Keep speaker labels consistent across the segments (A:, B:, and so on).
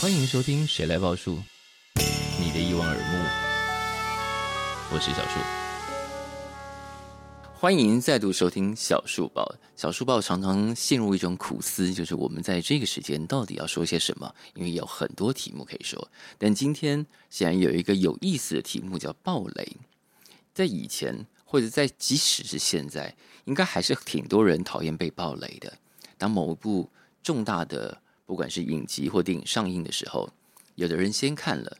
A: 欢迎收听《谁来报数》，你的一望而目，我是小树。欢迎再度收听小树报。小树报常常陷入一种苦思，就是我们在这个时间到底要说些什么？因为有很多题目可以说，但今天显然有一个有意思的题目叫暴雷。在以前，或者在即使是现在，应该还是挺多人讨厌被暴雷的。当某一部重大的，不管是影集或电影上映的时候，有的人先看了，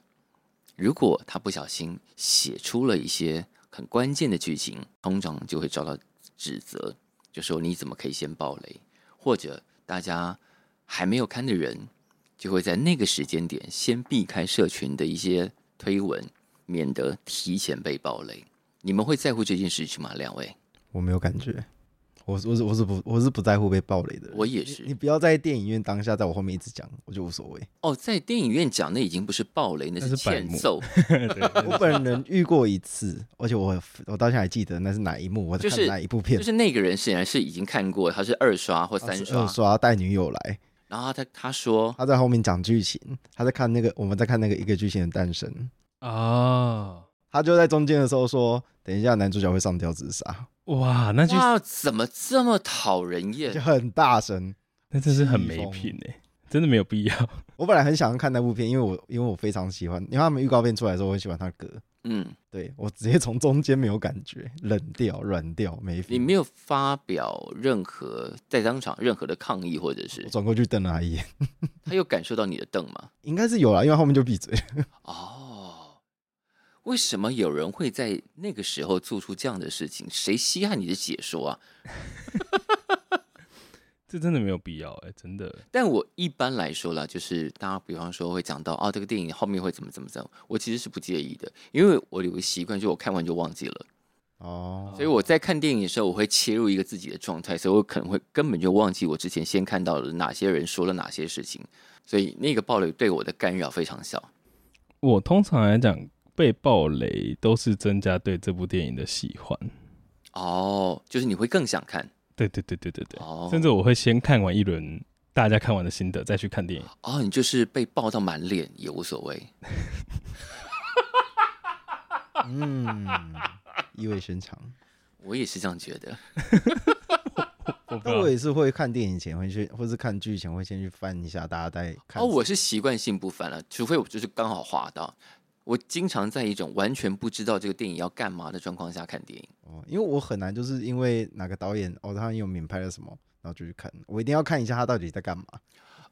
A: 如果他不小心写出了一些很关键的剧情，通常就会遭到指责，就说你怎么可以先爆雷，或者大家还没有看的人就会在那个时间点先避开社群的一些推文，免得提前被爆雷。你们会在乎这件事情吗？两位，
B: 我没有感觉，我是我是我是不我是不在乎被暴雷的人。
A: 我也
B: 你
A: 是。
B: 不要在电影院当下在我后面一直讲，我就无所谓。
A: 哦，在电影院讲那已经不是爆雷，那
C: 那
A: 是
C: 是白
A: 欠
C: 目
A: 揍，
B: 我本人遇过一次，而且我我到现在还记得那是哪一幕，我
A: 就
B: 在
A: 是
B: 看哪一部片，
A: 就是那个人显然是已经看过，他是二刷或三刷
B: 二，刷带女友来，
A: 然后他他说
B: 他在后面讲剧情，他在看那个我们在看那个一个剧情的诞生，
C: 啊！
B: 他就在中间的时候说，等一下男主角会上吊自杀，
C: 哇，那就
A: 哇，怎么这么讨人厌
B: 就？很大声。
C: 那真是很没品哎、真的没有必要。
B: 我本来很想要看那部片，因为我因为我非常喜欢，因为他们预告片出来的时候，我很喜欢他的歌。
A: 嗯，
B: 对我直接从中间没有感觉，冷掉、软掉，没 feel
A: 你没有发表任何在当场任何的抗议，或者是
B: 我转过去瞪了他一眼，
A: 他有感受到你的瞪吗？
B: 应该是有啦，因为后面就闭嘴。
A: 哦，为什么有人会在那个时候做出这样的事情？谁稀罕你的解说啊？
C: 这真的没有必要哎、真的。
A: 但我一般来说啦，就是大家比方说会讲到哦，这个电影后面会怎么怎么怎么，我其实是不介意的，因为我有个习惯，就我看完就忘记了。
C: 啊
B: 哦，
A: 所以我在看电影的时候，我会切入一个自己的状态，所以我可能会根本就忘记我之前先看到了哪些人说了哪些事情，所以那个暴雷对我的干扰非常小。
C: 我通常来讲，被暴雷都是增加对这部电影的喜欢。
A: 哦，就是你会更想看
C: 对对对对对对，
A: 哦
C: 甚至我会先看完一轮大家看完的心得，再去看电影。
A: 哦，你就是被爆到满脸也无所谓。
B: 嗯，意味深长。
C: 啊
A: 我也是这样觉得。
C: 我不知
B: 那我
C: 道
B: 也是会看电影前会去，或是看剧前会先去翻一下大家在看。
A: 哦，我是习惯性不翻了，除非我就是刚好滑到。我经常在一种完全不知道这个电影要干嘛的状况下看电影。
B: 哦，因为我很难就是因为哪个导演哦，他有免拍了什么，然后就去看。我一定要看一下他到底在干嘛。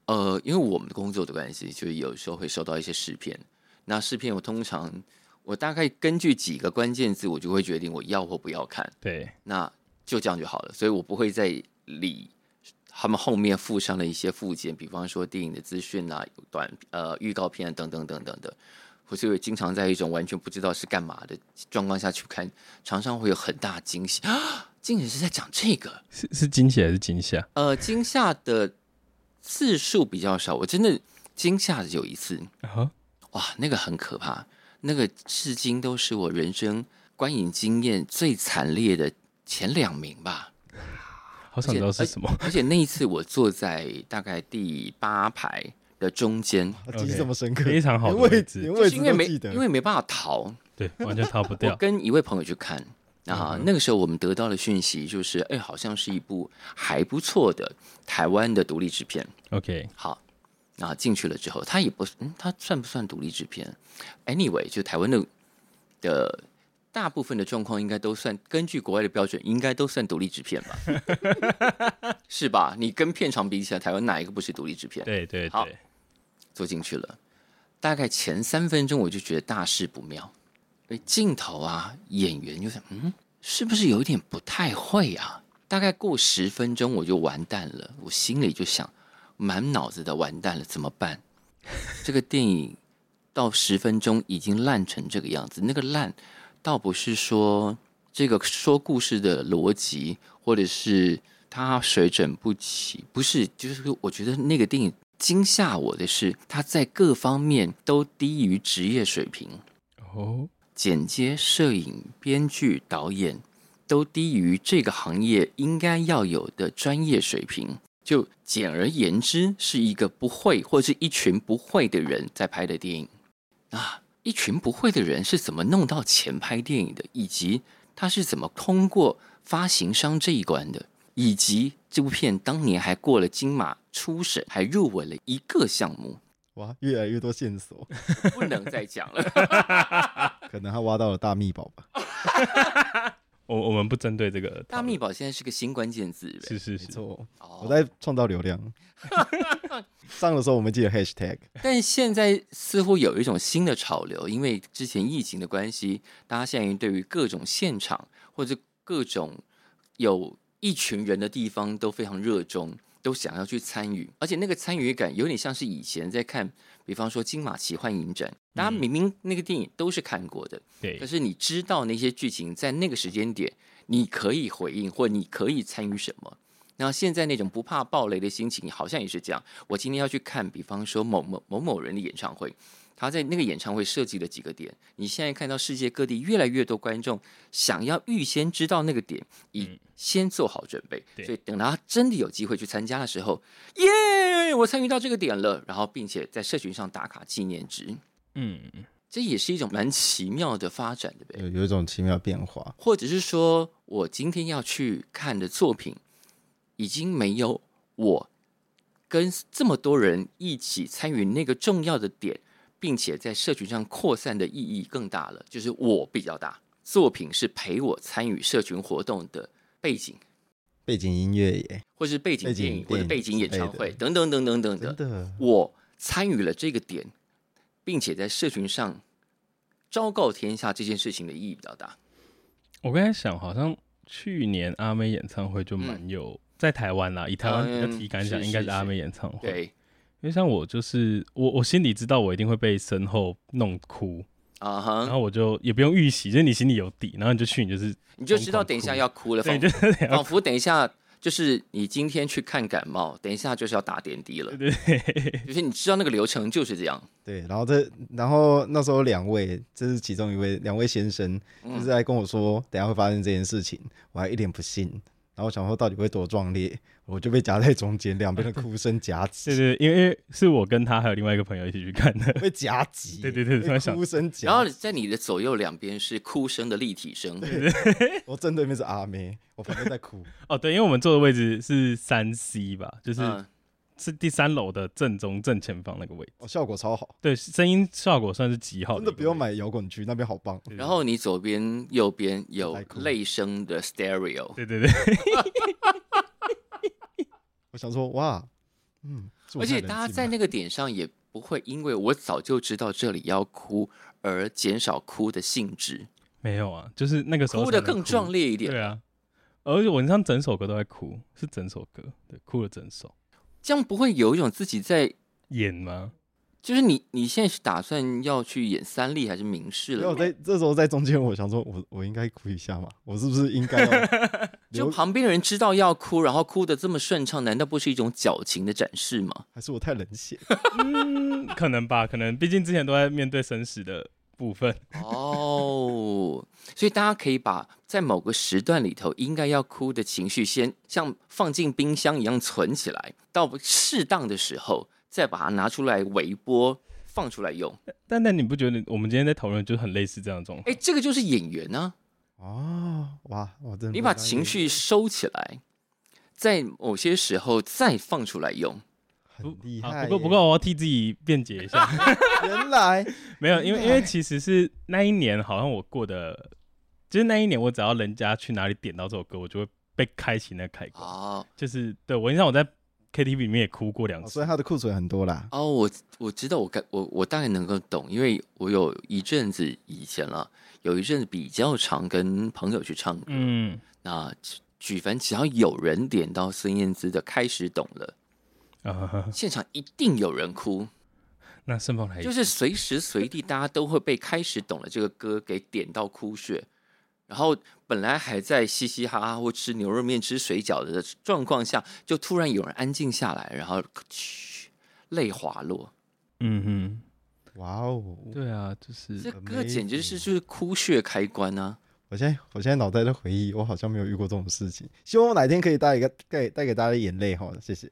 A: 呃，因为我们的工作的关系，就是有时候会收到一些试片。那试片我通常我大概根据几个关键字，我就会决定我要或不要看。
C: 对，
A: 那就这样就好了，所以我不会再理他们后面附上的一些附件，比方说电影的资讯啊、短呃预告片啊等等等等的。我就会经常在一种完全不知道是干嘛的状况下去看，常常会有很大惊喜啊！竟然是在讲这个，
C: 是是惊喜还是惊吓？
A: 呃，惊吓的次数比较少。我真的惊吓有一次，
C: 啊，
A: 哇，那个很可怕，那个至今都是我人生观影经验最惨烈的前两名吧。
C: 好想知道是什么。
A: 而且哎那一次我坐在大概第八排的中间，
B: 他
C: OK，
B: 记忆这么深刻，
C: 非常好的
B: 连位
C: 位
B: 置，
C: 置
B: 连
A: 就
B: 位
A: 是
B: 置
A: 因为
B: 都
A: 没
B: 记得。
A: 因为没办法逃，
C: 对，啊完全逃 不
A: 我
C: 掉。
A: 跟一位朋友去看。
B: 嗯
A: 啊，那个时候我们得到的讯息就是，哎，好像是一部还不错的台湾的独立制片。
C: OK，
A: 好，那进去了之后，它也不，嗯，它算不算独立制片？Anyway，就台湾的的大部分的状况，应该都算根据国外的标准，应该都算独立制片吧？是吧？ 你跟片场比起来，台湾哪一个不是独立制片？
C: 对对
A: 好
C: 对，
A: 坐进去了，大概前三分钟我就觉得大事不妙，因为镜头啊，演员就想，嗯，是不是有一点不太会啊？大概过十分钟我就完蛋了，我心里就想，满脑子的完蛋了，怎么办？这个电影到十分钟已经烂成这个样子，那个烂倒不是说这个说故事的逻辑，或者是它水准不齐，不是，就是我觉得那个电影惊吓我的是，它在各方面都低于职业水平，
C: 哦，
A: 剪接、摄影、编剧、导演都低于这个行业应该要有的专业水平。就简而言之，是一个不会或是一群不会的人在拍的电影啊！一群不会的人是怎么弄到钱拍电影的，以及他是怎么通过发行商这一关的，以及这部片当年还过了金马初审，还入围了一个项目，
B: 哇，越来越多线索，
A: 不能再讲了。
B: 可能他挖到了大密宝吧？
C: 我我们不针对这个
A: 大密
C: 宝，
A: 宝现在是个新关键 字，
C: 是是
B: 没
C: 是，
B: 错，
A: 哦
B: 我在创造流 量。上的时候我们记得 hashtag，
A: 但现在似乎有一种新的潮流，因为之前疫情的关系，大家现在对于各种现场或者各种有一群人的地方都非常热衷，都想要去参与，而且那个参与感有点像是以前在看，比方说金马奇幻影展，大家明明那个电影都是看过的，
C: 对
A: 可，是你知道那些剧情在那个时间点，你可以回应或你可以参与什么。然后现在那种不怕暴雷的心情，好像也是这样。我今天要去看，比方说某某某某人的演唱会，他在那个演唱会设计了几个点。你现在看到世界各地越来越多观众想要预先知道那个点，以先做好准备。
C: 对
A: 所以等他真的有机会去参加的时候，耶，我参与到这个点了，然后并且在社群上打卡纪念值，
C: 嗯，
A: 这也是一种蛮奇妙的发展，对不对？
B: 有有一种奇妙的变化。
A: 或者是说我今天要去看的作品，已经没有我跟这么多人一起参与那个重要的点，并且在社群上扩散的意义更大了，就是我比较大，作品是陪我参与社群活动的背景。
B: 背景音乐耶，
A: 或是背景
B: 背景
A: 电影，或者
B: 电
A: 背
B: 影
A: 景演
B: 之类
A: 唱
B: 的
A: 会，等等等等等
B: 真
A: 等
B: 的
A: 我参与了这个点，并且在社群上昭告天下这件事情的意义比较大。
C: 我刚才想，好像去年阿妹演唱会就蛮有、在台湾啦，以台湾比较体感讲，
A: 嗯嗯是
C: 应该
A: 是
C: 是阿妹演唱会。
A: 对
C: 因为像我就是我，我心里知道我一定会被身后弄哭，
A: 啊哈，
C: 然后我就也不用预习，就是你心里有底，然后你就去，你就是
A: 你就知道
C: 疯狂
A: 等一下
C: 哭
A: 要哭了，
C: 对，
A: 仿
C: 你就
A: 佛
C: 是
A: 仿佛等一下就是你今天去看感冒，等一下就是要打点滴了，
C: 对对，
A: 就是你知道那个流程就是这样。
B: 对，然后这，然后那时候两位，这是其中一位，两位先生
A: 嗯
B: 就是来跟我说，等一下会发生这件事情，我还一脸不信，然后我想说到底会多壮烈，我就被夹在中间，两边的哭声夹
C: 对
B: 击，
C: 对，因为因为是我跟他还有另外一个朋友一起去看的，
B: 被夹击，
C: 对对对
B: 被
C: 突然想
B: 哭声夹，
A: 然后在你的左右两边是哭声的立体声，
B: 我正对面是阿妹，我旁边在哭，
C: 哦对，因为我们坐的位置是三 C 吧，就是、
A: 嗯，
C: 是第三楼的正中正前方那个位置，
B: 哦，效果超好，
C: 对，声音效果算是极好
B: 真的
C: 一个
B: 不用
C: 位置，
B: 买摇滚区，那边好棒，
C: 对
A: 然后你左边右边有
B: 在哭
A: 泪声的 stereo，
C: 对对对，
B: 我想说哇，嗯，是我
A: 而
B: 太
A: 且
B: 冷
A: 大家
B: 静
A: 在
B: 了
A: 那个点上也不会因为我早就知道这里要哭而减少哭的兴致，
C: 没有啊，就是那个时候
A: 哭的
C: 才能
A: 更壮烈一点。
C: 对啊，而且我像整首歌都在哭，是整首歌，对，哭了整首。
A: 这样不会有一种自己在
C: 演吗？
A: 就是你，你现在是打算要去演三立还是明视
B: 因为
A: 了
B: 我
A: 吗？
B: 在这时候在中间，我想说我我应该哭一下嘛，我是不是应该要
A: 就
B: 流？
A: 旁边的人知道要哭，然后哭得这么顺畅，难道不是一种矫情的展示吗？
B: 还是我太冷血？
C: 嗯，可能吧，可 能，毕竟之前都在面对生死的部分。
A: 哦，所以大家可以把在某个时段里头应该要哭的情绪，先像放进冰箱一样存起来，到适当的时候再把它拿出来微波放出来用。
C: 但但你不觉得我们今天在讨论就是很类似这样的状况？
A: 哎，这个就是演员啊，
B: 哦，哇，我真的
A: 你
B: 被
A: 把
B: 当
A: 情
B: 演
A: 绪收起来，在某些时候再放出来用。
C: 不
B: 哎很厉
C: 啊
B: 害、
C: 不过不过，我要替自己辩解一 下，
B: 过，原来
C: 没有，因为因为其实是那一年，好像我过的，就是那一年，我只要人家去哪里点到这首歌，我就会被开启那个开
B: 啊
C: 关。
A: 哦
C: 就是对我印象，我在 KTV 里面也哭过两
B: 哦
C: 次。
B: 所以他的库存很多啦。
A: 哦，我我知道，我该我我大概能够懂，因为我有一阵子以前了，有一阵子比较常跟朋友去唱歌。
C: 嗯，
A: 那举凡只要有人点到孙燕姿的《开始懂了
C: 啊，》，
A: 现场一定有人哭，
C: 那盛放来一
A: 就是随时随地大家都会被《开始懂了》这个歌给点到哭血。然后本来还在嘻嘻哈哈或吃 牛肉面、吃水饺的状况下，就突然有人安静下来，然后嘘泪滑落。
C: 嗯嗯，
B: 哇哦！
C: 对啊，就是
A: 这歌简直是就是哭血开关啊！
B: 我现在我现在脑袋在回忆，我好像没有遇过这种事情。希望我哪天可以带一个带带给大家眼泪哈，谢谢。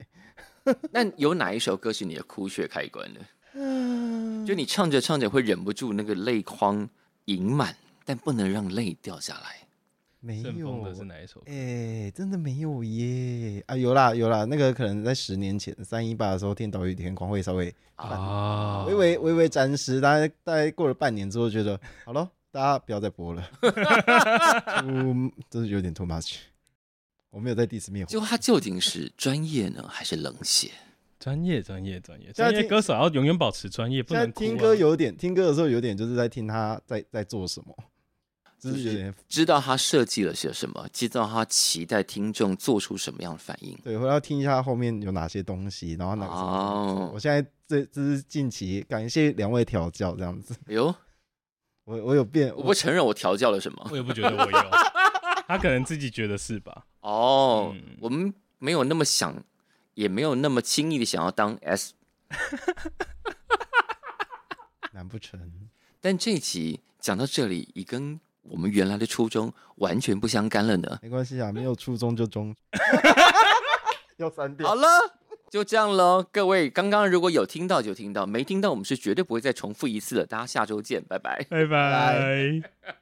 A: 那有哪一首歌是你的哭血开关呢？就你唱着唱着会忍不住那个泪眶盈满，但不能让泪掉下来。
B: 没
C: 顺
B: 有
C: 风的是哪一首歌？
B: 哎、真的没有耶！啊，有啦有啦，那个可能在十年前三一八的时候，天岛与天光会稍微
C: 啊，
B: 微微微微沾湿，大概大概过了半年之后，觉得好了，大家不要再播了，嗯，真是有点 too much。我没有在 diss 灭火，
A: 就它究竟是专业呢，还是冷血？
C: 专业专业专业，
B: 现在
C: 专业
B: 听
C: 歌手要永远保持专业，不
B: 现在
C: 能哭啊
B: 听歌有点听歌的时候有点就是在听他在在做什么，就是有点
A: 知道他设计了些什么，知道他期待听众做出什么样的反应。
B: 对，我要听一下后面有哪些东西，然后哪个什么。
A: 哦
B: 我，现在这这是近期，感谢两位调教这样子，
A: 哎呦，
B: 我我有变，
A: 我不承认我调教了什么。
C: 我也不觉得我有， 他可能自己觉得是吧？
A: 哦，
C: 嗯
A: 我们没有那么想，也没有那么轻易的想要当 S，
B: 难不成？
A: 但这一集讲到这里，已跟我们原来的初衷完全不相干了呢。
B: 没关系啊，没有初中就中，要三点
A: 好。了，就这样喽，各位，刚刚如果有听到就听到，没听到我们是绝对不会再重复一次的。大家下周见，拜拜。
C: 拜拜。